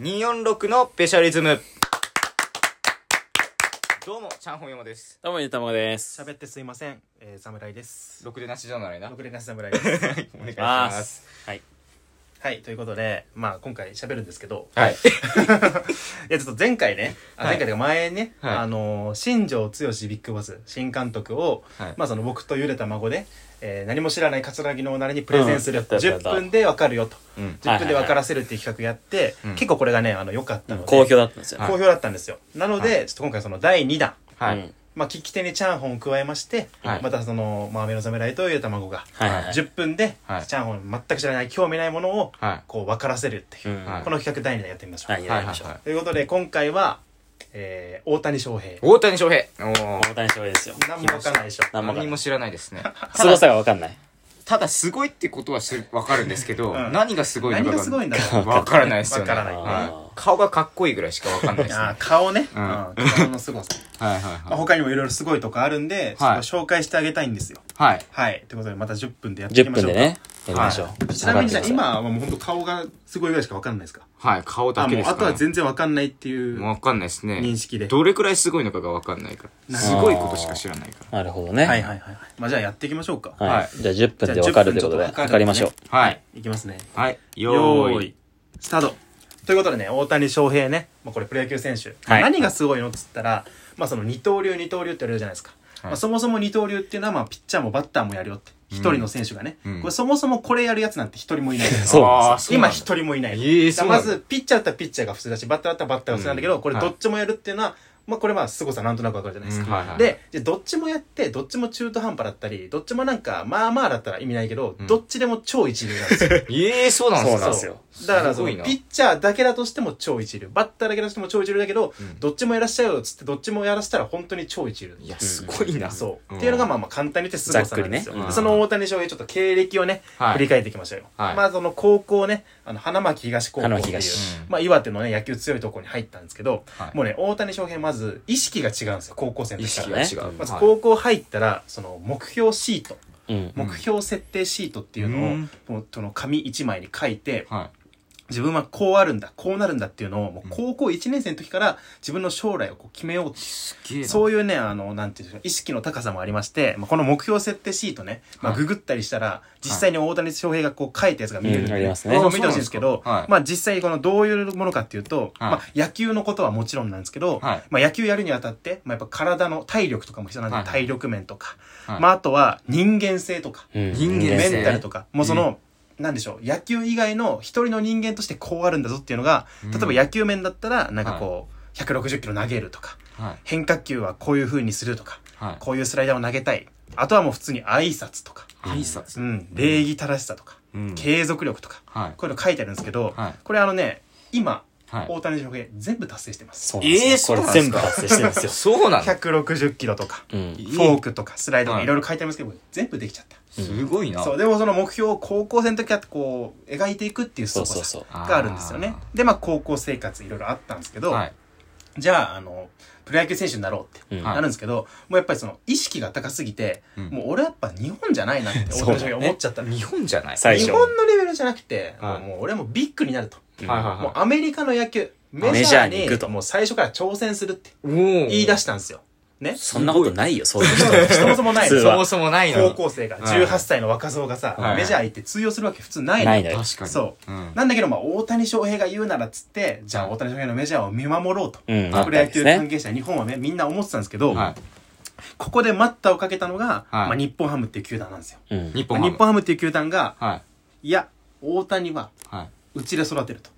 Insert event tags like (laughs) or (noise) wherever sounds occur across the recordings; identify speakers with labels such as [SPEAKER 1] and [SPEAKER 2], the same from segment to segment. [SPEAKER 1] 246のペシャリズムどうもちゃんほんやまです
[SPEAKER 2] どうも、ゆたまです。
[SPEAKER 3] 喋ってすいません、えー、侍です。
[SPEAKER 1] ろくでなしじゃないなお
[SPEAKER 3] 僕連絡侍
[SPEAKER 2] (laughs)
[SPEAKER 3] です。
[SPEAKER 1] 願いし
[SPEAKER 2] ま
[SPEAKER 1] ますす。
[SPEAKER 2] はい。
[SPEAKER 3] はい、ということで、まあ今回喋るんですけど、
[SPEAKER 1] はい
[SPEAKER 3] いやちょっと前回ね、あ
[SPEAKER 1] はい
[SPEAKER 3] 前回というか前ね、
[SPEAKER 1] はい
[SPEAKER 3] あのー、新庄剛志ビッグボス、新監督を、
[SPEAKER 1] はい
[SPEAKER 3] まあその僕と揺れた孫で、えー何も知らない桂木のおなりにプレゼンする、
[SPEAKER 2] うんやったやった
[SPEAKER 3] 10分でわかるよと。
[SPEAKER 1] うん
[SPEAKER 3] 10分で分からせるっていう企画やって、
[SPEAKER 1] うん
[SPEAKER 3] 結構これがね、あの、良かったので、
[SPEAKER 2] 好評だったんですよ。
[SPEAKER 3] 好評だったんですよ。なので、ちょっと今回その第2弾、
[SPEAKER 1] はい、
[SPEAKER 2] うん
[SPEAKER 3] まあ、聞き手にチャーホンを加えまして、
[SPEAKER 1] はい
[SPEAKER 3] またその、まあ、雨の侍とゆでた孫が、
[SPEAKER 2] はいはいはい。
[SPEAKER 3] 10分で、
[SPEAKER 1] はい
[SPEAKER 3] チャーホン全く知らない興味ないものを、
[SPEAKER 1] はい
[SPEAKER 3] こう分からせるっていう、
[SPEAKER 2] うん
[SPEAKER 1] はい
[SPEAKER 3] この企画第2弾やってみましょう、
[SPEAKER 2] はいやりましょう
[SPEAKER 1] はいはいはい
[SPEAKER 3] ということで今回は、えー、大谷翔平
[SPEAKER 1] 大谷翔平お
[SPEAKER 2] 大谷翔平ですよ。
[SPEAKER 3] 何も分かんないでしょ
[SPEAKER 2] な
[SPEAKER 1] お
[SPEAKER 2] んもわか
[SPEAKER 1] 何も
[SPEAKER 2] んない。
[SPEAKER 1] 知らないですね
[SPEAKER 2] 凄さがわかんない。
[SPEAKER 1] ただすごいってことはしわかるんですけど、
[SPEAKER 3] うん
[SPEAKER 1] 何がすごいのか
[SPEAKER 3] 何がすごいんだろう
[SPEAKER 1] わからないですよね
[SPEAKER 3] わからないね
[SPEAKER 1] はい顔がかっこいいぐらいしかわかんないですね
[SPEAKER 3] あー顔ね、
[SPEAKER 1] う
[SPEAKER 3] うんん顔
[SPEAKER 2] (laughs)
[SPEAKER 3] のすごさ、
[SPEAKER 1] はいはい
[SPEAKER 3] まあ、他にもいろいろすごいとこあるんで、
[SPEAKER 1] はい
[SPEAKER 3] ちょっと紹介してあげたいんですよ
[SPEAKER 1] はい
[SPEAKER 3] はいということでまた10分でやっていき
[SPEAKER 2] 10
[SPEAKER 3] まし
[SPEAKER 2] 分で
[SPEAKER 3] ょうか
[SPEAKER 2] ね、やりましょ
[SPEAKER 3] は
[SPEAKER 2] う。
[SPEAKER 3] い、ちなみにじゃ
[SPEAKER 2] 下がってくだ
[SPEAKER 3] あ
[SPEAKER 2] さ
[SPEAKER 3] 今はもう本当顔がすごいぐらいしか分かんないですか
[SPEAKER 1] はい顔だ
[SPEAKER 3] あ
[SPEAKER 1] け
[SPEAKER 3] もう
[SPEAKER 1] です
[SPEAKER 3] あ
[SPEAKER 1] か
[SPEAKER 3] と
[SPEAKER 1] ら
[SPEAKER 3] は全然分かんないっていう
[SPEAKER 1] もうわかんないですね
[SPEAKER 3] 認識で
[SPEAKER 1] どれくらいすごいのかがわかんないからすごいことしか知らないか
[SPEAKER 2] い。なるほど
[SPEAKER 3] はいはい
[SPEAKER 2] ね。
[SPEAKER 3] はいはいまあじゃあやっていきましょうか
[SPEAKER 1] は
[SPEAKER 2] はいい。じゃあ10分でわかるということで、
[SPEAKER 3] じゃあ10分ちょっとわかるんですね
[SPEAKER 2] わかりましょう。
[SPEAKER 1] らはい
[SPEAKER 3] いきますね
[SPEAKER 1] はいよ
[SPEAKER 3] よ
[SPEAKER 1] ー
[SPEAKER 3] ー
[SPEAKER 1] い
[SPEAKER 3] いスタートということでね大谷翔平ね、まあ、これプロ野球選手、
[SPEAKER 2] はい
[SPEAKER 3] 何がすごいのっつったら、まあ、その二刀流二刀流って言われるじゃないですか、
[SPEAKER 1] はい
[SPEAKER 3] まあ、そもそも二刀流っていうのはまあピッチャーもバッターもやるよって一人の選手がね、
[SPEAKER 1] うん
[SPEAKER 3] これそもそもこれやるやつなんて一人
[SPEAKER 2] (laughs)
[SPEAKER 3] もいないじゃないです
[SPEAKER 2] そう
[SPEAKER 3] か
[SPEAKER 1] あーそうな
[SPEAKER 3] 今
[SPEAKER 1] んだ
[SPEAKER 3] 一人もいない、
[SPEAKER 1] ええ
[SPEAKER 3] だか
[SPEAKER 1] そう
[SPEAKER 3] ら
[SPEAKER 1] なん
[SPEAKER 3] ま
[SPEAKER 1] だ
[SPEAKER 3] ずピッチャーだったらピッチャーが普通だしバッターだったらバッターが普通なんだけど、
[SPEAKER 1] うん
[SPEAKER 3] これ
[SPEAKER 1] はい
[SPEAKER 3] どっちもやるっていうのは、まあ、これまあ凄さなんとなくわかるじゃないですか、
[SPEAKER 1] うんはいはい
[SPEAKER 3] でじゃあどっちもやってどっちも中途半端だったりどっちもなんかまあまあだったら意味ないけど、
[SPEAKER 1] うん
[SPEAKER 3] どっちでも超一流なんですよ
[SPEAKER 1] ええ (laughs) そうなんです
[SPEAKER 2] そうなん
[SPEAKER 1] か
[SPEAKER 2] ですよ
[SPEAKER 3] だからそ
[SPEAKER 1] すご
[SPEAKER 3] の
[SPEAKER 1] いな
[SPEAKER 3] ピッチャーだけだとしても超一流バッターだけだとしても超一流だけど、
[SPEAKER 1] うん
[SPEAKER 3] どっちもやらしちゃうよっつってどっちもやらしたら本当に超一流
[SPEAKER 1] いやすごいな
[SPEAKER 3] そう、
[SPEAKER 1] ん
[SPEAKER 3] っていうのがまあまあ簡単に言ってすごさなんですよ、
[SPEAKER 2] ざっくりねうん
[SPEAKER 3] その大谷翔平ちょっと経歴をね、
[SPEAKER 1] はい
[SPEAKER 3] 振り返っていきましょうよ、
[SPEAKER 1] はい
[SPEAKER 3] まあその高校ねあの花巻東高校って
[SPEAKER 2] 花巻
[SPEAKER 3] いう
[SPEAKER 2] 東
[SPEAKER 3] まあ、岩手のね野球強いところに入ったんですけど、
[SPEAKER 1] はい
[SPEAKER 3] もうね大谷翔平まず意識が違うんですよ高校生の
[SPEAKER 1] 意
[SPEAKER 3] 時か
[SPEAKER 1] 識
[SPEAKER 3] ら
[SPEAKER 1] が
[SPEAKER 2] ね
[SPEAKER 1] 違う
[SPEAKER 3] まず
[SPEAKER 1] はい
[SPEAKER 3] 高校入ったらその目標シート
[SPEAKER 2] うん。
[SPEAKER 3] 目標設定シートっていうのを、
[SPEAKER 1] うん
[SPEAKER 3] もうその紙一枚に書いて、
[SPEAKER 1] は
[SPEAKER 3] 自分はこうあるんだ、こうなるんだっていうのを、もう高校1年生の時から自分の将来をこう決めようって
[SPEAKER 1] いすげえ
[SPEAKER 3] いう
[SPEAKER 1] な
[SPEAKER 3] そういうね、あの、なんていうんですか、意識の高さもありまして、まあ、この目標設定シートね、まあ、
[SPEAKER 1] はい
[SPEAKER 3] ググったりしたら、実際に大谷翔平がこう書いたやつが見えるん
[SPEAKER 2] うん
[SPEAKER 3] で、
[SPEAKER 2] ありますね
[SPEAKER 3] これも見てほしいんですけど、
[SPEAKER 1] あそうなんですかはい
[SPEAKER 3] まあ、実際このどういうものかっていうと、
[SPEAKER 1] はい
[SPEAKER 3] まあ、野球のことはもちろんなんですけど、
[SPEAKER 1] はい
[SPEAKER 3] まあ、野球やるにあたって、まあ、やっぱ体の体力とかも必要なんで、
[SPEAKER 1] はい
[SPEAKER 3] 体力面とか、
[SPEAKER 1] はい
[SPEAKER 3] まあ、あとは人間性とか、
[SPEAKER 2] うん
[SPEAKER 1] 人間性
[SPEAKER 3] メンタルとか、もうそ
[SPEAKER 1] え
[SPEAKER 3] の、なんでしょう、野球以外の一人の人間としてこうあるんだぞっていうのが、
[SPEAKER 1] うん
[SPEAKER 3] 例えば野球面だったら、なんかこう、160キロ投げるとか、
[SPEAKER 1] はい
[SPEAKER 3] 変化球はこういう風にするとか、
[SPEAKER 1] はい
[SPEAKER 3] こういうスライダーを投げたい。あとはもう普通に挨拶とか、
[SPEAKER 1] 挨
[SPEAKER 3] う
[SPEAKER 1] 拶
[SPEAKER 3] ん、礼儀正しさとか、
[SPEAKER 1] うん
[SPEAKER 3] 継続力とか、
[SPEAKER 1] はい
[SPEAKER 3] こういうの書いてあるんですけど、
[SPEAKER 1] はい
[SPEAKER 3] これあのね、今、
[SPEAKER 1] はい
[SPEAKER 3] 大谷翔平全部達成してます。
[SPEAKER 2] そうなんですよ
[SPEAKER 1] えーそうなんです
[SPEAKER 2] こ
[SPEAKER 1] か
[SPEAKER 2] れ全部達成してるんですよ。
[SPEAKER 1] そうなの
[SPEAKER 3] 160キロとか、
[SPEAKER 2] うん。
[SPEAKER 3] フォークとかスライダーと
[SPEAKER 1] は
[SPEAKER 3] か
[SPEAKER 1] い
[SPEAKER 3] いろいろ書いてありますけど、全部できちゃった。
[SPEAKER 1] すごいな
[SPEAKER 3] そう、でもその目標を高校生の時はこう、描いていくっていう
[SPEAKER 2] そう
[SPEAKER 3] 凄
[SPEAKER 2] そう
[SPEAKER 3] さ
[SPEAKER 2] そう。
[SPEAKER 3] があるんですよね。で、まあ高校生活いろいろあったんですけど、
[SPEAKER 1] はい
[SPEAKER 3] じゃあ、あの、プロ野球選手になろうって。
[SPEAKER 2] うん
[SPEAKER 1] はい
[SPEAKER 3] なるんですけど、もうやっぱりその意識が高すぎて、
[SPEAKER 1] うん
[SPEAKER 3] もう俺やっぱ日本じゃないなって大
[SPEAKER 2] そう
[SPEAKER 3] 谷
[SPEAKER 2] だ
[SPEAKER 3] 翔
[SPEAKER 2] ね
[SPEAKER 3] 平思っちゃったの
[SPEAKER 1] 日本じゃない
[SPEAKER 2] 最
[SPEAKER 3] 日
[SPEAKER 2] 初
[SPEAKER 3] 本のレベルじゃなくて、
[SPEAKER 1] はい
[SPEAKER 3] もう俺はもうビッグになると。
[SPEAKER 2] うん
[SPEAKER 1] はいはい
[SPEAKER 3] もうアメリカの野球、メ
[SPEAKER 2] メ
[SPEAKER 3] ジ
[SPEAKER 2] ジ
[SPEAKER 3] ャ
[SPEAKER 2] ャ
[SPEAKER 3] ー
[SPEAKER 2] ー
[SPEAKER 3] に
[SPEAKER 2] に行くと
[SPEAKER 3] もう最初から挑戦するって
[SPEAKER 1] おお
[SPEAKER 3] 言い出したんですよ。ね。
[SPEAKER 2] そんなことないよ、そういう人。
[SPEAKER 3] (laughs) そもそもない
[SPEAKER 2] 普通
[SPEAKER 1] そ
[SPEAKER 2] は
[SPEAKER 1] もそもないの
[SPEAKER 3] 高校生が
[SPEAKER 1] はい
[SPEAKER 3] 18歳の若造がさ、
[SPEAKER 1] はい
[SPEAKER 3] メジャー行って通用するわけ普通ないの
[SPEAKER 2] ないのよ。
[SPEAKER 1] 確かに
[SPEAKER 3] そう
[SPEAKER 1] うん
[SPEAKER 3] なんだけど、まあ、大谷翔平が言うならっつって、じゃあ大谷翔平のメジャーを見守ろうと。
[SPEAKER 2] うん
[SPEAKER 3] プロ野球
[SPEAKER 2] なったんですね
[SPEAKER 3] 関係者、日本はね、みんな思ってたんですけど、
[SPEAKER 1] は
[SPEAKER 3] ここで待ったをかけたのが、
[SPEAKER 1] はい
[SPEAKER 3] まあ、日本ハムっていう球団なんですよ。
[SPEAKER 2] う
[SPEAKER 1] い
[SPEAKER 2] ん。
[SPEAKER 1] 日本
[SPEAKER 3] ま
[SPEAKER 1] ハ
[SPEAKER 3] あ日
[SPEAKER 1] ム
[SPEAKER 3] 本ハムっていう球団が、
[SPEAKER 1] はい
[SPEAKER 3] や、大谷はい
[SPEAKER 1] はいう
[SPEAKER 3] ちで育てると。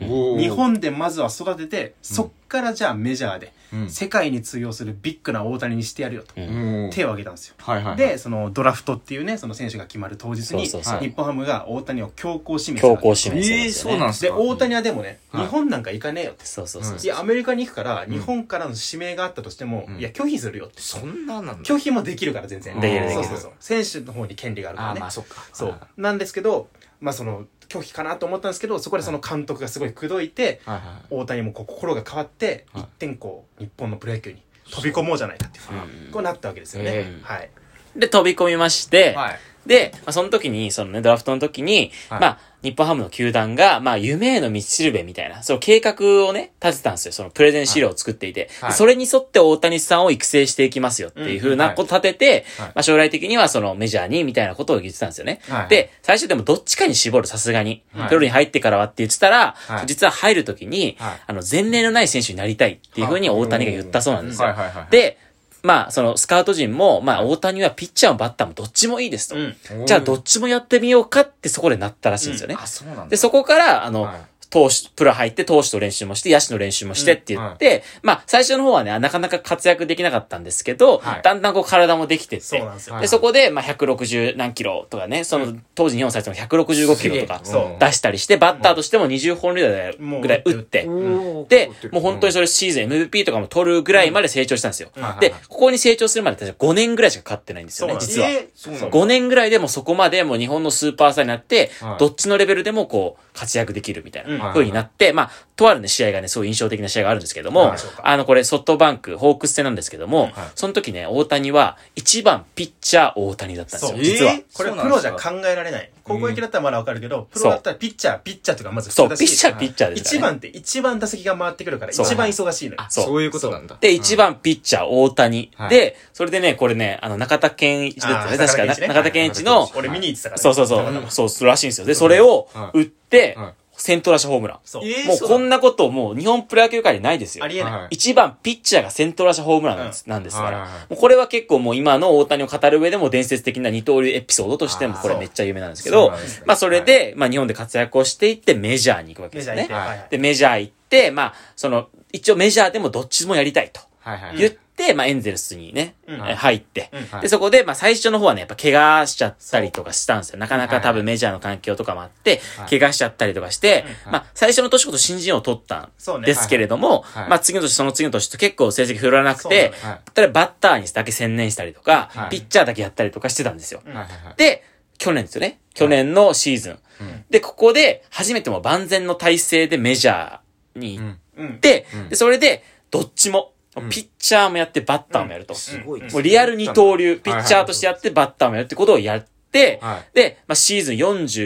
[SPEAKER 1] おー
[SPEAKER 3] 日本でまずは育てて、そっからじゃあメジャーで、
[SPEAKER 1] うん
[SPEAKER 3] 世界に通用するビッグな大谷にしてやるよと、
[SPEAKER 2] うん
[SPEAKER 1] おー
[SPEAKER 3] 手を挙げたんですよ。
[SPEAKER 1] はいはい
[SPEAKER 3] で、そのドラフトっていうね、その選手が決まる当日に、
[SPEAKER 2] そうそうそう
[SPEAKER 3] 日本ハムが大谷を強行指名する
[SPEAKER 2] 強
[SPEAKER 3] わけ
[SPEAKER 2] 行
[SPEAKER 3] です。
[SPEAKER 2] 指名するん
[SPEAKER 1] ええ
[SPEAKER 2] ですよ
[SPEAKER 1] そう
[SPEAKER 2] ね。
[SPEAKER 1] なんです
[SPEAKER 3] で、
[SPEAKER 1] か
[SPEAKER 3] 大谷はでもね、
[SPEAKER 1] はい
[SPEAKER 3] 日本なんか行かねえよって。
[SPEAKER 2] そうそうそう
[SPEAKER 3] いや、アメリカに行くから、
[SPEAKER 1] ん
[SPEAKER 3] 日本からの指名があったとしても、
[SPEAKER 1] うん
[SPEAKER 3] いや、拒否するよって。
[SPEAKER 1] そんななんだ
[SPEAKER 3] 拒否もできるから、全然。
[SPEAKER 2] できる
[SPEAKER 3] そ
[SPEAKER 2] で
[SPEAKER 3] う
[SPEAKER 2] き
[SPEAKER 3] そう
[SPEAKER 2] る
[SPEAKER 3] そう。選手の方に権利があるから
[SPEAKER 1] あー
[SPEAKER 3] ね
[SPEAKER 1] まあ。そっか
[SPEAKER 3] そう。なんですけど、まあその、拒否かなと思ったんですけど、そこでその監督がすごい口説いて、
[SPEAKER 1] はいはい
[SPEAKER 3] 大谷もこう心が変わって、
[SPEAKER 1] はい
[SPEAKER 3] 一点こう、日本のプロ野球に飛び込もうじゃないかっていうふうに、こうなったわけですよね
[SPEAKER 2] え。え
[SPEAKER 3] はい。
[SPEAKER 2] で、飛び込みまして、
[SPEAKER 1] はい
[SPEAKER 2] で、まあ、その時に、そのね、ドラフトの時に、
[SPEAKER 1] はい
[SPEAKER 2] まあ、日本ハムの球団が、まあ、夢への道しるべみたいな、その計画をね、立てたんですよ。そのプレゼン資料を作っていて。
[SPEAKER 3] はい
[SPEAKER 2] それに沿って大谷さんを育成していきますよっていう風なこと立てて、
[SPEAKER 3] うんはい
[SPEAKER 2] まあ、将来的にはそのメジャーにみたいなことを言ってたんですよね。
[SPEAKER 3] はい
[SPEAKER 2] で、最初でもどっちかに絞る、さすがに。
[SPEAKER 3] はい
[SPEAKER 2] プロに入ってからはって言ってたら、
[SPEAKER 3] はい
[SPEAKER 2] 実は入るときに、
[SPEAKER 3] はい
[SPEAKER 2] あの、前例のない選手になりたいっていう風に大谷が言ったそうなんですよ。
[SPEAKER 3] はいはいはい。、
[SPEAKER 2] で、まあ、そのスカウト陣も、まあ、大谷はピッチャーもバッターもどっちもいいですと。
[SPEAKER 3] うん。
[SPEAKER 2] じゃあどっちもやってみようかってそこでなったらしいんですよね。
[SPEAKER 1] あ、そうなんだ。
[SPEAKER 2] で、そこから、あの、
[SPEAKER 1] はい
[SPEAKER 2] 投手、プロ入って投手と練習もして、野手の練習もしてって言って、まあ、最初の方はね、なかなか活躍できなかったんですけど、
[SPEAKER 3] はい
[SPEAKER 2] だんだんこう体もできてって。
[SPEAKER 3] そうなんですよ
[SPEAKER 1] はい
[SPEAKER 2] で、そこで、まあ、160何キロとかね、その、当時日本最初の165キロとか
[SPEAKER 1] すげえ
[SPEAKER 3] そう
[SPEAKER 2] 出したりして、バッターとしても20本塁打ぐらい打って、
[SPEAKER 1] おー
[SPEAKER 2] で
[SPEAKER 1] こう、
[SPEAKER 2] もう本当にそれシーズン MVP とかも取るぐらいまで成長したんですよ。
[SPEAKER 3] うんはい
[SPEAKER 2] で、ここに成長するまで確か5年ぐらいしか勝ってないんですよね、
[SPEAKER 3] そう
[SPEAKER 2] 実は。
[SPEAKER 1] えーそうなんだ。
[SPEAKER 2] 5年ぐらいでもうそこまでもう日本のスーパースターになって、
[SPEAKER 1] はい
[SPEAKER 2] どっちのレベルでもこう活躍できるみたい
[SPEAKER 3] うん
[SPEAKER 2] な風になって、まあ、とあるね、試合がね、すごい印象的な試合があるんですけども、
[SPEAKER 3] はい
[SPEAKER 2] あの、これソフトバンク、ホークス戦なんですけども、その時ね、大谷は1番ピッチャー大谷だったんです
[SPEAKER 3] そ
[SPEAKER 2] よ、
[SPEAKER 3] う。
[SPEAKER 2] 実は。
[SPEAKER 1] えー
[SPEAKER 3] これ
[SPEAKER 1] そう
[SPEAKER 3] は
[SPEAKER 1] なん
[SPEAKER 3] プ
[SPEAKER 1] です
[SPEAKER 3] ロ
[SPEAKER 1] か
[SPEAKER 3] じゃ考えられない。高校野球だったらまだわかるけど、プ
[SPEAKER 2] そ
[SPEAKER 3] ロ
[SPEAKER 2] う
[SPEAKER 3] だったらピッチャー、ピッチャーとかまず
[SPEAKER 2] そう、
[SPEAKER 3] だ
[SPEAKER 2] ピッチャー、ピッチャーです
[SPEAKER 3] 一
[SPEAKER 2] からね。
[SPEAKER 3] 番って一番打席が回ってくるから、一
[SPEAKER 2] そう
[SPEAKER 3] 番忙しいのよ。
[SPEAKER 2] そう
[SPEAKER 1] そういうことなんだ。
[SPEAKER 2] で、1番ピッチャー大谷。
[SPEAKER 1] はい
[SPEAKER 2] で、それでね、これね、あの、中田健一だったね、
[SPEAKER 3] あー
[SPEAKER 2] 確か
[SPEAKER 3] 中田健一ね
[SPEAKER 2] 中田健一の、
[SPEAKER 1] はい
[SPEAKER 3] 俺見に行ってたからね。
[SPEAKER 2] そうそうそう
[SPEAKER 3] だか、ら
[SPEAKER 2] そうするらしいんですよ。で、それを
[SPEAKER 1] はい
[SPEAKER 2] 打って
[SPEAKER 1] はい、
[SPEAKER 2] 先頭打者ホームラン。
[SPEAKER 3] そう。
[SPEAKER 1] えー
[SPEAKER 2] もう
[SPEAKER 1] そうな
[SPEAKER 2] こ
[SPEAKER 1] んだ
[SPEAKER 2] んなこともう日本プロ野球界でないですよ
[SPEAKER 3] あ。りえない。
[SPEAKER 1] はい
[SPEAKER 2] 一番ピッチャーが先頭打者ホームランなんです,、なんですから、
[SPEAKER 1] はいはいはい
[SPEAKER 2] もうこれは結構もう今の大谷を語る上でも伝説的な二刀流エピソードとしても
[SPEAKER 1] あー
[SPEAKER 2] これめっちゃ有名なんですけ
[SPEAKER 1] そう
[SPEAKER 2] ど、
[SPEAKER 1] なんですね
[SPEAKER 2] まあそれで、まあ日本で活躍をしていってメジャーに行くわけで
[SPEAKER 3] メ
[SPEAKER 2] す
[SPEAKER 3] ジャ
[SPEAKER 2] よ
[SPEAKER 3] ー行
[SPEAKER 1] はい
[SPEAKER 2] ね
[SPEAKER 3] って。。はいはい
[SPEAKER 2] で、メジャー行って、まあその一応メジャーでもどっちもやりたいと
[SPEAKER 1] はいはい。
[SPEAKER 2] 言って、まあエンゼルスにね、
[SPEAKER 3] うん
[SPEAKER 2] え入って、
[SPEAKER 3] うん
[SPEAKER 1] はい
[SPEAKER 2] で、そこで、まあ、最初の方はね、やっぱ怪我しちゃったりとかしたんですよ。なかなか多分メジャーの環境とかもあって、
[SPEAKER 1] はい
[SPEAKER 2] 怪我しちゃったりとかして、
[SPEAKER 1] うん
[SPEAKER 2] まあ、最初の年こそ新人王を取った
[SPEAKER 3] そうんね
[SPEAKER 2] ですけれども、
[SPEAKER 1] はいはい
[SPEAKER 2] まあ、次の年、その次の年と結構成績振らなく
[SPEAKER 3] そうなの
[SPEAKER 2] て
[SPEAKER 3] よ、
[SPEAKER 1] はい
[SPEAKER 2] 例えばバッターにだけ専念したりとか、
[SPEAKER 1] はい
[SPEAKER 2] ピッチャーだけやったりとかしてたんですよ。
[SPEAKER 1] はいはいはい。
[SPEAKER 2] で、去年ですよね。去年のシーズン。
[SPEAKER 1] うん
[SPEAKER 2] で、ここで、初めてもう万全の体制でメジャーに行っ
[SPEAKER 1] うん
[SPEAKER 3] うん。
[SPEAKER 2] で
[SPEAKER 1] うん
[SPEAKER 2] で、それで、どっちも
[SPEAKER 1] ん、
[SPEAKER 2] ピッチャーもやって、バッターもやると。
[SPEAKER 1] すごいですね。
[SPEAKER 2] もうリアル二刀流、
[SPEAKER 1] はい
[SPEAKER 2] ピッチャーとしてやって、バッターもやるってことをやって、
[SPEAKER 1] はい
[SPEAKER 2] で、まあ、シーズン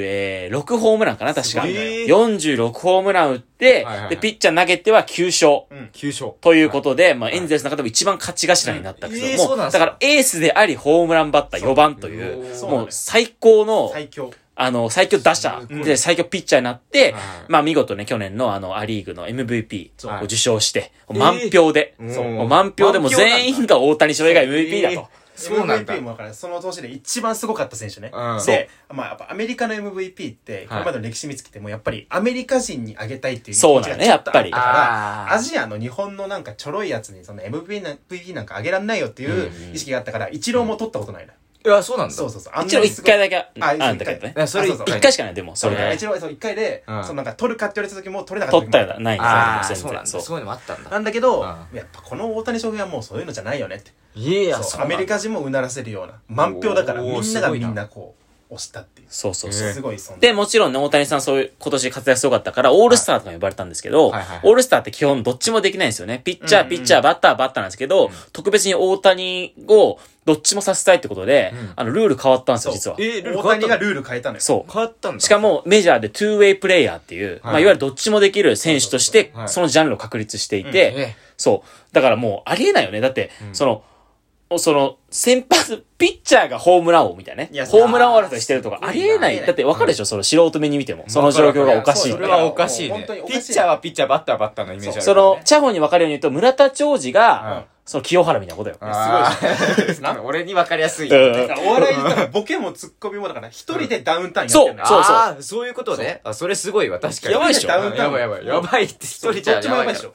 [SPEAKER 2] 46ホームランかな、確
[SPEAKER 1] す
[SPEAKER 2] か。
[SPEAKER 1] ごいね
[SPEAKER 2] 46ホームラン打って、
[SPEAKER 1] はいはいはい
[SPEAKER 2] で、ピッチャー投げては9勝。
[SPEAKER 1] 9勝。
[SPEAKER 2] ということで、まあ、エンゼルスの中でも一番勝ち頭になったんです
[SPEAKER 1] うんえー
[SPEAKER 2] けども
[SPEAKER 1] そうなんです
[SPEAKER 2] だか
[SPEAKER 1] から
[SPEAKER 2] エースであり、ホームランバッター4番という、
[SPEAKER 1] そう
[SPEAKER 2] もう最高の、
[SPEAKER 3] 最強。
[SPEAKER 2] あの、最強打者
[SPEAKER 1] うん
[SPEAKER 2] で最強ピッチャーになって
[SPEAKER 1] はい、
[SPEAKER 2] まあ見事ね、去年のあの、アリーグの MVP
[SPEAKER 1] そう
[SPEAKER 2] を受賞して、
[SPEAKER 1] い
[SPEAKER 2] 満票で、
[SPEAKER 1] えー
[SPEAKER 2] そう
[SPEAKER 1] うん
[SPEAKER 2] もう満票でもう
[SPEAKER 1] 満票なんだ
[SPEAKER 2] 全員が大谷翔平が MVP だと。
[SPEAKER 1] そうなんだ
[SPEAKER 3] MVP。もだから、その年で一番すごかった選手ね
[SPEAKER 1] うん。
[SPEAKER 3] で、まあやっぱアメリカの MVP って、これまでの歴史見つけても、やっぱりアメリカ人にあげたいっていう気
[SPEAKER 2] そう
[SPEAKER 3] 持ち
[SPEAKER 2] だ
[SPEAKER 3] が
[SPEAKER 2] ね
[SPEAKER 3] ちょっとあった
[SPEAKER 2] や
[SPEAKER 3] か
[SPEAKER 2] っ
[SPEAKER 1] ぱり
[SPEAKER 3] ら、アジアの日本のなんかちょろいやつにその MVP な MVP なんかあげらんないよっていう意識があったから、一郎も取ったことないな。
[SPEAKER 1] いや、そうなんだ。
[SPEAKER 3] そうそうそう。あん
[SPEAKER 2] 一応一回だけああん
[SPEAKER 3] あ、
[SPEAKER 2] だけどね。
[SPEAKER 1] あそれ
[SPEAKER 3] あそうそう
[SPEAKER 2] 一回しかない、でも、それ
[SPEAKER 1] は
[SPEAKER 2] が
[SPEAKER 1] い。
[SPEAKER 3] 一応そう一回で、
[SPEAKER 1] うん
[SPEAKER 3] そのなんか取るかって言われた時も取れなかった
[SPEAKER 2] 取っ
[SPEAKER 3] 時
[SPEAKER 2] たら
[SPEAKER 3] も
[SPEAKER 2] ないん
[SPEAKER 1] ああ、
[SPEAKER 2] ですよ、
[SPEAKER 1] そう
[SPEAKER 2] 全
[SPEAKER 1] なん
[SPEAKER 2] 然。
[SPEAKER 1] だ。
[SPEAKER 2] そう
[SPEAKER 1] そういうのもあったんだ。
[SPEAKER 3] なんだけど、
[SPEAKER 1] う
[SPEAKER 3] やっぱこの大谷翔平はもうそういうのじゃないよねって。
[SPEAKER 1] いやいや、
[SPEAKER 3] そう
[SPEAKER 1] そう
[SPEAKER 3] ア
[SPEAKER 1] なんだ
[SPEAKER 3] メリカ人もうならせるような満票だから
[SPEAKER 1] おー
[SPEAKER 3] みん
[SPEAKER 1] す
[SPEAKER 3] なが
[SPEAKER 1] ご
[SPEAKER 3] み
[SPEAKER 1] いなん
[SPEAKER 3] なこう押したっていう
[SPEAKER 2] そうそうそう。
[SPEAKER 1] えー
[SPEAKER 3] すごいそん
[SPEAKER 2] で、もちろんね、大谷さんそういう、今年活躍すごかったから、オールスターとかに呼ばれたんですけど、
[SPEAKER 1] はいはいはい
[SPEAKER 2] オールスターって基本どっちもできないんですよね。ピッチャ
[SPEAKER 3] う
[SPEAKER 2] ー、
[SPEAKER 3] んうん
[SPEAKER 2] ピッチャー、バッター、バッターなんですけど、特別に大谷をどっちもさせたいってことで、
[SPEAKER 1] うん
[SPEAKER 2] あの、ルール変わったんですよ、実
[SPEAKER 3] そう
[SPEAKER 2] は。
[SPEAKER 1] えールール変わ
[SPEAKER 3] 大
[SPEAKER 1] った
[SPEAKER 3] 谷がルール変えたのよ
[SPEAKER 2] そう。
[SPEAKER 1] 変わったんだ。
[SPEAKER 2] しか、も、メジャーで 2way プレイヤーっていう、まあ、いわゆるどっちもできる選手として
[SPEAKER 1] は、い
[SPEAKER 2] そのジャンルを確立していて、
[SPEAKER 1] うんええ
[SPEAKER 2] そう。だからもう、ありえないよね。だって、
[SPEAKER 1] ん
[SPEAKER 2] その、おその、先発、ピッチャーがホームラン王みたいないね。
[SPEAKER 3] や
[SPEAKER 2] ホームラン王争いしてるとか、
[SPEAKER 1] すごいな
[SPEAKER 2] ありえな。
[SPEAKER 3] ありえないい
[SPEAKER 2] だって、わかるでしょ、その素人目に見ても。その状況がおかしい
[SPEAKER 1] そ
[SPEAKER 3] そ
[SPEAKER 2] の
[SPEAKER 1] れ
[SPEAKER 2] が。
[SPEAKER 1] はおかしい
[SPEAKER 3] もう
[SPEAKER 1] ね
[SPEAKER 3] 本当にお。かし
[SPEAKER 1] ピ
[SPEAKER 3] いよ
[SPEAKER 1] ッチャーはピッチャー、バッターはバッターのイメージあるからね。
[SPEAKER 2] その、チャホにわかるように言うと、村田兆治
[SPEAKER 1] はい
[SPEAKER 2] が、その清原みたいなことよ。
[SPEAKER 1] あー、
[SPEAKER 3] すごい
[SPEAKER 1] 俺に分かりやすい。
[SPEAKER 2] うん
[SPEAKER 3] だからお笑いだったらボケもツッコミもだから一人でダウンタウンやってるのよ
[SPEAKER 2] そうそう
[SPEAKER 1] あーそういうことね。あ、それすごいわ、確かに。
[SPEAKER 2] やばいでしょ
[SPEAKER 1] やばいやばいやばい。やばいって一人じゃ
[SPEAKER 3] どっちもやばいでしょ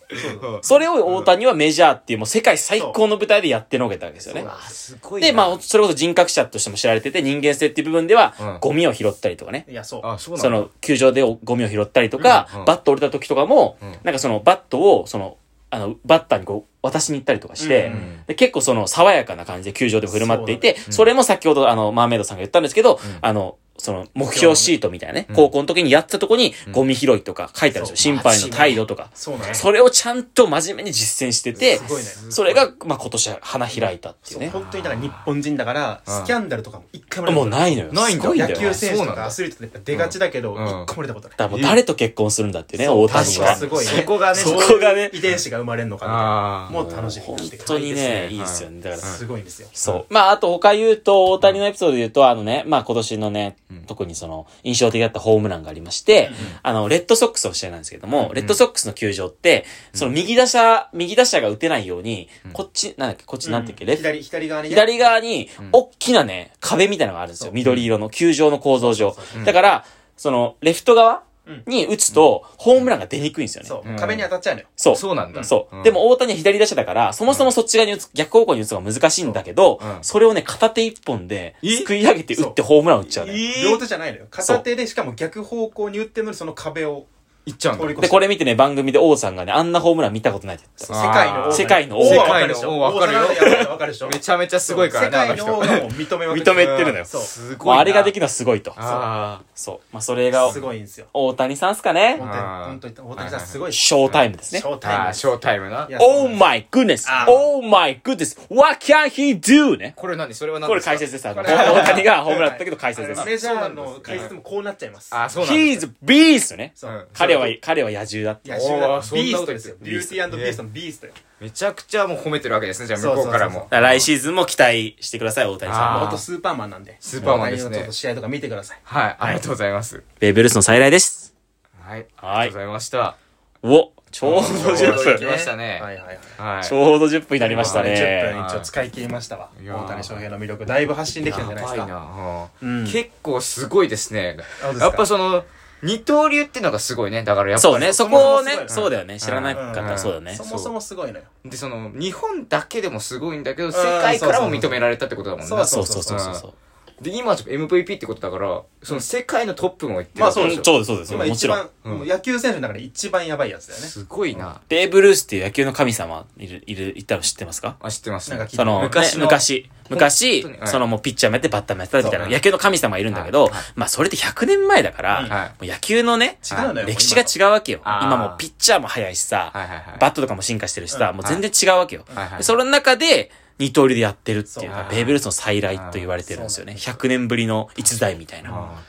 [SPEAKER 1] ょ。
[SPEAKER 2] それを大谷はメジャーっていう、もう世界最高の舞台でやってのけたわけですよね。
[SPEAKER 1] あ、すごいな。
[SPEAKER 2] で、まあ、それこそ人格者としても知られてて、人間性っていう部分で
[SPEAKER 1] うん
[SPEAKER 2] は、ゴミを拾ったりとかね。
[SPEAKER 3] いやそう
[SPEAKER 1] あ、そうなんだ。
[SPEAKER 2] その、球場でおゴミを拾ったりとか、
[SPEAKER 1] うんうん
[SPEAKER 2] バット折れた時とかも、
[SPEAKER 1] うん
[SPEAKER 2] なんかその、バットを、その、あの、バッターにこう、渡しに行ったりとかして、
[SPEAKER 3] うんうん
[SPEAKER 2] で結構その、爽やかな感じで球場で振る舞っていて、そ,、
[SPEAKER 3] そうだ
[SPEAKER 2] れも先ほど、あの、マーメイドさんが言ったんですけど、あの、その、目標シートみたいなね、高校の時にやってたとこに、ゴミ拾いとか書いてあるんですよ。心
[SPEAKER 3] そう
[SPEAKER 2] 配の態度とか。
[SPEAKER 3] そうね
[SPEAKER 2] それをちゃんと真面目に実践してて
[SPEAKER 3] す、ごいね
[SPEAKER 2] それが、まあ、今年花開いたっていう
[SPEAKER 3] そう
[SPEAKER 2] ね。
[SPEAKER 3] 本当にだから日本人だから
[SPEAKER 1] うん
[SPEAKER 3] スキャンダルとかも一回も
[SPEAKER 2] もう
[SPEAKER 3] い
[SPEAKER 2] ないのよ。
[SPEAKER 1] ないん
[SPEAKER 2] す
[SPEAKER 1] だ
[SPEAKER 2] ごいんだ
[SPEAKER 3] 野
[SPEAKER 2] よ、ね。
[SPEAKER 3] 球選手
[SPEAKER 1] そう
[SPEAKER 3] と
[SPEAKER 1] なん
[SPEAKER 3] か
[SPEAKER 1] だ
[SPEAKER 3] アスリートって出がちだけど
[SPEAKER 1] うん
[SPEAKER 3] 一個も出たことな
[SPEAKER 2] だ
[SPEAKER 3] い
[SPEAKER 2] からもう誰と結婚するんだっていうね、大谷
[SPEAKER 3] 確か
[SPEAKER 2] は。
[SPEAKER 3] にすごいね
[SPEAKER 1] そこがね
[SPEAKER 3] そういう
[SPEAKER 2] そこがね
[SPEAKER 3] 遺伝子が生まれるのか
[SPEAKER 1] あ
[SPEAKER 3] な
[SPEAKER 1] あ。
[SPEAKER 3] もう楽しみ
[SPEAKER 2] 本
[SPEAKER 3] にしてくだ
[SPEAKER 2] 当
[SPEAKER 3] さい
[SPEAKER 2] にね、いいですよね。だから、
[SPEAKER 3] すごいんですよ
[SPEAKER 2] そう。まあ、あと他言うと、大谷のエピソードで言うと、あのね、まあ今年のね、特にその、印象的だったホームランがありまして、あの、レッドソックスの試合なんですけども、レッドソックスの球場って、その右打者、右打者が打てないように、こっち、なんだっけ、こっちなんていうっけ、レッ
[SPEAKER 3] 左左側にね
[SPEAKER 2] 左側に、大きなね、壁みたいなのがあるんですよ。緑色の球場の構造上。だから、その、レフト側に打つと、ホームランが出にくいんですよね。
[SPEAKER 3] そう
[SPEAKER 1] うん
[SPEAKER 3] 壁に当たっちゃうのよ
[SPEAKER 2] そう。
[SPEAKER 1] そうなんだ。
[SPEAKER 2] そう、
[SPEAKER 1] ん
[SPEAKER 2] で、も大谷は左打者だから、そもそもそっち側に打つ、逆方向に打つのが難しいんだけど、
[SPEAKER 1] そううん
[SPEAKER 2] それをね、片手一本で、
[SPEAKER 1] え
[SPEAKER 2] すくい上げて打ってホームラン打っちゃうね。
[SPEAKER 1] え
[SPEAKER 3] 両
[SPEAKER 1] ー
[SPEAKER 3] 手じゃないのよ片手でしかも逆方向に打ってんのにその壁を
[SPEAKER 1] いっちゃうん
[SPEAKER 3] 通
[SPEAKER 1] だ
[SPEAKER 3] り。越
[SPEAKER 2] で、
[SPEAKER 3] して
[SPEAKER 2] これ見てね、番組で王さんがね、あんなホームラン見たことないって言っ
[SPEAKER 1] そ
[SPEAKER 2] て
[SPEAKER 1] う
[SPEAKER 2] た。
[SPEAKER 3] 世界の王
[SPEAKER 2] 世界の王
[SPEAKER 3] 王は分か
[SPEAKER 1] 世界の王分か
[SPEAKER 3] るでしょ
[SPEAKER 1] るよ
[SPEAKER 3] 王様のやつは分かるでしょ
[SPEAKER 1] めちゃめちゃすごいからね、あの
[SPEAKER 3] 世界
[SPEAKER 1] 人。
[SPEAKER 3] (laughs) の王がもう認めまく
[SPEAKER 2] 認めてるのよ
[SPEAKER 3] そう
[SPEAKER 1] すごい
[SPEAKER 2] ま
[SPEAKER 1] な。
[SPEAKER 2] あ、あれができ
[SPEAKER 1] る。
[SPEAKER 2] るのはすごいと。
[SPEAKER 1] あ
[SPEAKER 2] そう。まあ、それが
[SPEAKER 3] す、ごいんですよ
[SPEAKER 2] 大谷さんっすかね
[SPEAKER 3] 本。当に本当に大谷さんすごい
[SPEAKER 2] ショータイムですね
[SPEAKER 3] シ。ョー
[SPEAKER 1] あ。あ
[SPEAKER 3] タイ
[SPEAKER 1] あ、
[SPEAKER 3] ム。
[SPEAKER 1] ショータイムない
[SPEAKER 3] や
[SPEAKER 2] Oh my goodness!
[SPEAKER 3] あー
[SPEAKER 2] Oh my goodness! What can he do? ね。
[SPEAKER 1] これ何それは何
[SPEAKER 2] これ
[SPEAKER 1] ですか
[SPEAKER 2] 解説です。あの、大谷がホームラン打ったけど解説で
[SPEAKER 3] あ
[SPEAKER 2] す
[SPEAKER 3] の。メジャーの解説もこうなっちゃいます
[SPEAKER 1] ああ、そうなんだ。
[SPEAKER 2] He's beast! ね。
[SPEAKER 3] そう
[SPEAKER 1] うん
[SPEAKER 2] 彼は、彼は野獣だって。
[SPEAKER 3] 野獣だ
[SPEAKER 1] おーそんな
[SPEAKER 3] ビー
[SPEAKER 1] こ
[SPEAKER 3] ス
[SPEAKER 1] と
[SPEAKER 3] ト
[SPEAKER 1] 言
[SPEAKER 3] で
[SPEAKER 1] っ
[SPEAKER 3] す
[SPEAKER 1] てる
[SPEAKER 3] よビーストビーストのビーストよ
[SPEAKER 1] めちゃくちゃもう褒めてるわけですね、じゃあ向こうからも。
[SPEAKER 2] だから来シーズンも期待してください、大谷さん
[SPEAKER 1] あー
[SPEAKER 2] も。
[SPEAKER 3] 元スーパーマンなんで
[SPEAKER 1] スーパーマンですね
[SPEAKER 3] 大谷のちょっと試合とか見てください
[SPEAKER 1] はい、ありがとうございます。
[SPEAKER 2] ベーブ・ルースの再来です。
[SPEAKER 1] はい、
[SPEAKER 2] はい
[SPEAKER 1] ありがとうございました。
[SPEAKER 2] お、ちょうど
[SPEAKER 1] ちょうど
[SPEAKER 2] 10
[SPEAKER 1] 行き
[SPEAKER 2] 分。
[SPEAKER 1] ましたね
[SPEAKER 3] はいはいはい
[SPEAKER 1] は
[SPEAKER 2] ちょうど10分になりました
[SPEAKER 3] 10
[SPEAKER 2] ね。
[SPEAKER 3] 分一応使い切りましたわ
[SPEAKER 1] いやー
[SPEAKER 3] 大谷翔平の魅力だいぶ発信できたんじゃないです
[SPEAKER 1] やばい
[SPEAKER 3] か
[SPEAKER 1] な、
[SPEAKER 3] ん
[SPEAKER 1] 結構すごいですね
[SPEAKER 3] そうですか
[SPEAKER 1] やっぱその二刀流っていうのがすごいねだからやっぱり
[SPEAKER 2] そうね、そこをね
[SPEAKER 3] そもそもすご
[SPEAKER 2] そ
[SPEAKER 3] い、
[SPEAKER 2] うだよね。知らなかった
[SPEAKER 1] う
[SPEAKER 2] ら
[SPEAKER 1] ん
[SPEAKER 2] そうだよね
[SPEAKER 3] そ。もそもすごいのよ
[SPEAKER 1] でその日本だけでもすごいんだけど
[SPEAKER 3] ん
[SPEAKER 1] 世界からも認められたってことだもんね
[SPEAKER 3] そう
[SPEAKER 2] そうそうそうそうそう。
[SPEAKER 1] で今はちょっと MVP ってことだからその世界のトップもいってる
[SPEAKER 3] まあ
[SPEAKER 1] わけ
[SPEAKER 3] そう
[SPEAKER 1] で
[SPEAKER 2] う
[SPEAKER 1] しょ
[SPEAKER 2] んそうです、そうです。
[SPEAKER 3] 今
[SPEAKER 2] もち
[SPEAKER 3] 一
[SPEAKER 2] ろん
[SPEAKER 3] 番。もう野球選手の中で一番やばいやつだよね
[SPEAKER 1] すごいな、
[SPEAKER 2] ベーブ・ルースっていう野球の神様、いる、いる、いたの知ってますか
[SPEAKER 1] あ知ってますね
[SPEAKER 3] なんか聞い
[SPEAKER 2] その、ね
[SPEAKER 1] 昔の
[SPEAKER 2] 昔、昔
[SPEAKER 1] 本当にはい
[SPEAKER 2] そのもうピッチャーもやってバッターもやってたみたいな、
[SPEAKER 1] そう
[SPEAKER 2] 野球の神様がいるんだけ
[SPEAKER 1] は
[SPEAKER 2] ど
[SPEAKER 1] いはい、
[SPEAKER 2] まあそれって100年前だか
[SPEAKER 3] うん
[SPEAKER 1] は
[SPEAKER 2] ら、もう野球のね、
[SPEAKER 3] 違うのよ
[SPEAKER 2] 歴史が違うわけよ。
[SPEAKER 1] あー
[SPEAKER 2] 今もうピッチャーも速いしさ、
[SPEAKER 1] はいはいはい
[SPEAKER 2] バットとかも進化してるしさ、もう全然違うわけよ。
[SPEAKER 1] はいはい
[SPEAKER 2] でその中で、二刀流でやってるってい
[SPEAKER 1] そ
[SPEAKER 2] う
[SPEAKER 1] う
[SPEAKER 2] か、ベーブ・ルースの再来と言われてるんですよね。100年ぶりの逸材みたいな。も
[SPEAKER 1] あ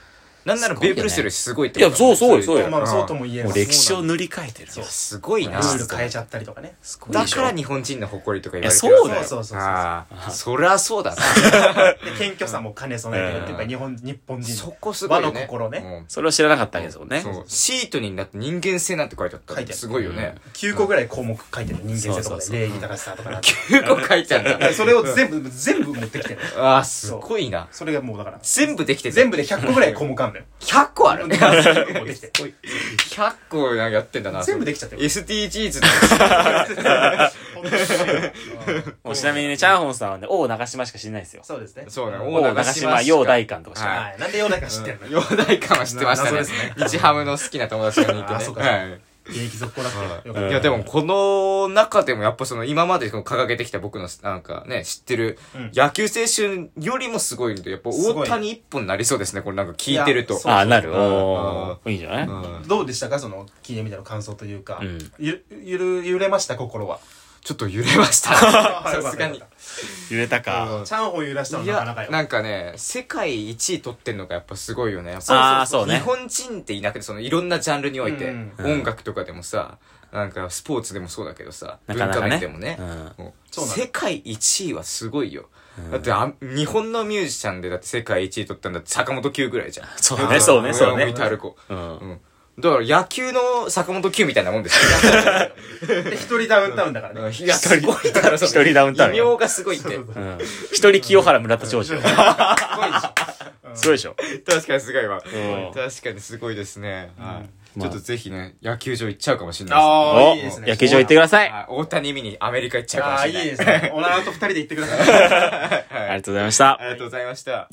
[SPEAKER 1] ーなんならベーブ・ルースよりすごいって
[SPEAKER 2] いやそうそうよそう
[SPEAKER 1] い
[SPEAKER 2] よ
[SPEAKER 3] まあそうとも言え
[SPEAKER 2] う
[SPEAKER 3] ば
[SPEAKER 2] 歴史を塗り替えてるんですよ。
[SPEAKER 1] すごい
[SPEAKER 3] ル
[SPEAKER 1] な
[SPEAKER 3] ール変えちゃったりとかね
[SPEAKER 2] すごい
[SPEAKER 1] だ
[SPEAKER 2] でしょ
[SPEAKER 1] から日本人の誇りとか言われて
[SPEAKER 2] いやそうだよ
[SPEAKER 3] そうそうそうそう
[SPEAKER 1] ああそりゃそうだな
[SPEAKER 3] で謙虚さも兼ね備えてるってやっぱり日本日本人
[SPEAKER 1] そ
[SPEAKER 3] の
[SPEAKER 1] こすごいよね。
[SPEAKER 3] 和の心ね
[SPEAKER 1] うん
[SPEAKER 2] それを知らなかったわけですもんね。
[SPEAKER 1] そう。シートになって人間性なんて書いてあった
[SPEAKER 3] 書いてある
[SPEAKER 1] すごいよね。
[SPEAKER 3] 9個ぐらい項目書いてる人間性と
[SPEAKER 2] そ
[SPEAKER 3] か
[SPEAKER 2] うそう
[SPEAKER 3] で
[SPEAKER 2] そう
[SPEAKER 3] 礼儀正しさとかなん
[SPEAKER 1] (laughs)
[SPEAKER 2] (laughs)
[SPEAKER 3] か
[SPEAKER 1] 9個書いてあるんだ。
[SPEAKER 3] それを全部全部持ってきてる
[SPEAKER 1] ああ、すごいな。
[SPEAKER 3] それがもうだから
[SPEAKER 1] 全部できてる。
[SPEAKER 3] 全部で100個ぐらい項目あるのよ
[SPEAKER 1] 100個あ
[SPEAKER 2] (laughs)
[SPEAKER 1] るね。 (laughs)
[SPEAKER 3] 全部できて
[SPEAKER 1] 100個なんかやってんだな。
[SPEAKER 3] 全部できちゃってる
[SPEAKER 1] SDGs (laughs)
[SPEAKER 3] 本当に
[SPEAKER 2] もうちなみにね、チャンホンさんはね、王長島しか知らないですよ。
[SPEAKER 3] (laughs) そうですね
[SPEAKER 1] の。そうね。
[SPEAKER 2] 王長島、楊大官とか知らない。
[SPEAKER 3] はいなんで世の中知ってるの
[SPEAKER 1] 洋大館は知ってました
[SPEAKER 3] 謎
[SPEAKER 1] ね
[SPEAKER 3] ですね。
[SPEAKER 1] 日ハムの好きな友達がいて
[SPEAKER 3] あ
[SPEAKER 1] ね。
[SPEAKER 3] そうか
[SPEAKER 1] はい
[SPEAKER 3] 現役続行だってよ
[SPEAKER 1] いやでもこの中でもやっぱその今までこう掲げてきた僕のなんかね知ってる
[SPEAKER 3] うん
[SPEAKER 1] 野球選手よりもすごいんでやっぱ
[SPEAKER 3] すご
[SPEAKER 1] 大
[SPEAKER 3] い
[SPEAKER 1] 谷一本になりそうですねこれなんか聞いてると
[SPEAKER 3] いやそう
[SPEAKER 2] ああ、なる。
[SPEAKER 1] ん
[SPEAKER 2] おーいいんじゃない
[SPEAKER 1] うん
[SPEAKER 3] どうでしたかその聞いてみたの感想というか、
[SPEAKER 2] うん
[SPEAKER 3] ゆゆる揺れました心は
[SPEAKER 1] ちょっと揺れま
[SPEAKER 3] (laughs)
[SPEAKER 1] したさすがに
[SPEAKER 3] よかったよ
[SPEAKER 2] 揺れた
[SPEAKER 3] かっ
[SPEAKER 2] か。
[SPEAKER 3] たチャンホン揺らしたの
[SPEAKER 1] い
[SPEAKER 3] なかなか
[SPEAKER 1] や
[SPEAKER 3] よ
[SPEAKER 1] なんかね世界一位取ってんのがやっぱすごいよねやっぱ
[SPEAKER 2] あーそうね
[SPEAKER 1] 日本人っていなくてそのいろんなジャンルにおいて
[SPEAKER 3] うん
[SPEAKER 1] 音楽とかでもさなんかスポーツでもそうだけどさ
[SPEAKER 2] なかなかね
[SPEAKER 1] 文化面でもね
[SPEAKER 2] う
[SPEAKER 1] もう
[SPEAKER 3] そうなの
[SPEAKER 1] 世界一位はすごいよだってあ日本のミュージシャンでだって世界一位取ったんだって坂本九ぐらいじゃん
[SPEAKER 2] そうね、そうね、そう
[SPEAKER 1] 上を向
[SPEAKER 2] ね
[SPEAKER 1] い。て歩こう
[SPEAKER 2] うん
[SPEAKER 1] うんだから野球の坂本九みたいなもんですよ
[SPEAKER 2] (laughs)
[SPEAKER 3] で一人ダウンタウンだからね、
[SPEAKER 1] いや、すごいだろ、それ
[SPEAKER 2] 一人ダウンタウン
[SPEAKER 1] 異名がすごいって。
[SPEAKER 2] うん一人清原村田長寿。すごいでしょ。
[SPEAKER 1] 確かにすごいわ。
[SPEAKER 2] ん
[SPEAKER 1] 確かにすごいですね。はい。ちょっとぜひね、野球場行っちゃうかもしれない
[SPEAKER 3] ああ
[SPEAKER 2] お
[SPEAKER 3] いいですね
[SPEAKER 2] 野球場行ってください。あ
[SPEAKER 1] はい大谷見にアメリカ行っちゃうか
[SPEAKER 3] あ
[SPEAKER 1] も
[SPEAKER 3] あ
[SPEAKER 1] し
[SPEAKER 3] いい
[SPEAKER 1] れない。
[SPEAKER 3] ですねオナラと二人で行ってください
[SPEAKER 1] はい
[SPEAKER 2] りがとうございました
[SPEAKER 1] あ。りがとうございました。